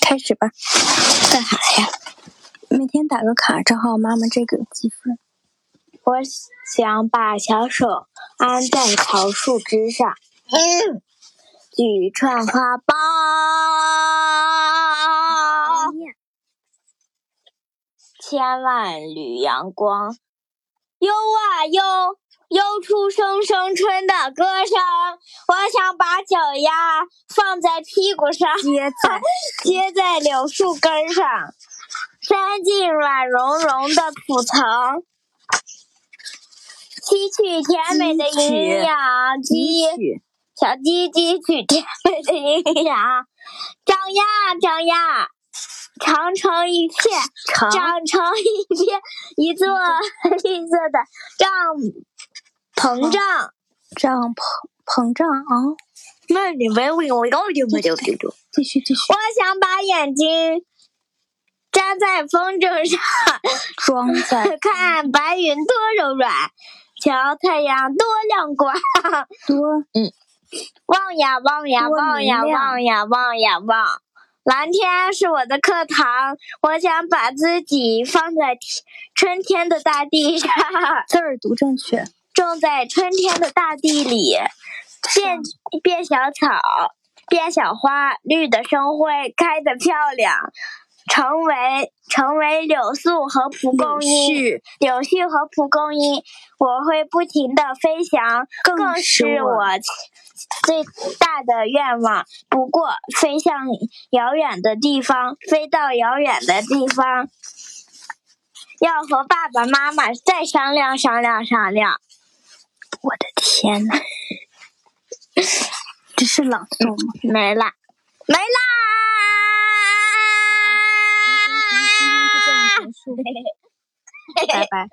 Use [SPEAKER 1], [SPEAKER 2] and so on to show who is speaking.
[SPEAKER 1] 开始吧。
[SPEAKER 2] 干啥呀？
[SPEAKER 1] 每天打个卡，正好妈妈这个积分。
[SPEAKER 3] 我想把小手安在桃树枝上，
[SPEAKER 2] 嗯，
[SPEAKER 3] 举串花苞，千万缕阳光。悠啊悠，悠出声声春的歌声。我想把脚丫放在屁股上，
[SPEAKER 1] 接在
[SPEAKER 3] 接在柳树根上，伸进软融融的土层，吸取甜美的营养。鸡
[SPEAKER 1] 曲，
[SPEAKER 3] 小鸡鸡取甜美的营养，长呀长呀，长成一片。
[SPEAKER 1] 长
[SPEAKER 3] 长成一片 一座绿色的帐
[SPEAKER 1] 嗯
[SPEAKER 3] 膨胀。
[SPEAKER 1] 胀膨膨胀啊！
[SPEAKER 3] 那你们我我我就我就就就，我
[SPEAKER 1] 继续继续，
[SPEAKER 3] 想把眼睛粘在风筝上，
[SPEAKER 1] 装在
[SPEAKER 3] 看白云多柔软，瞧太阳多亮光。
[SPEAKER 1] 多
[SPEAKER 3] 望呀望呀
[SPEAKER 1] 多
[SPEAKER 3] 望呀
[SPEAKER 1] 明亮
[SPEAKER 3] 望呀望呀望，蓝天是我的课堂，我想把自己放在天春天的大地上。
[SPEAKER 1] 字儿读正确，
[SPEAKER 3] 种在春天的大地里，变变小草，变小花，绿的生辉，开的漂亮，成为成为柳树和蒲公英，
[SPEAKER 1] 絮
[SPEAKER 3] 柳絮和蒲公英，我会不停的飞翔，
[SPEAKER 1] 更
[SPEAKER 3] 更
[SPEAKER 1] 使
[SPEAKER 3] 是
[SPEAKER 1] 我
[SPEAKER 3] 我最大的愿望。不过，飞向遥远的地方，飞到遥远的地方，要和爸爸妈妈再商量商量商量。
[SPEAKER 1] 我的天呐，这是朗诵吗？
[SPEAKER 3] 没啦，没啦。啊
[SPEAKER 1] 啊今天就这样结束，拜拜。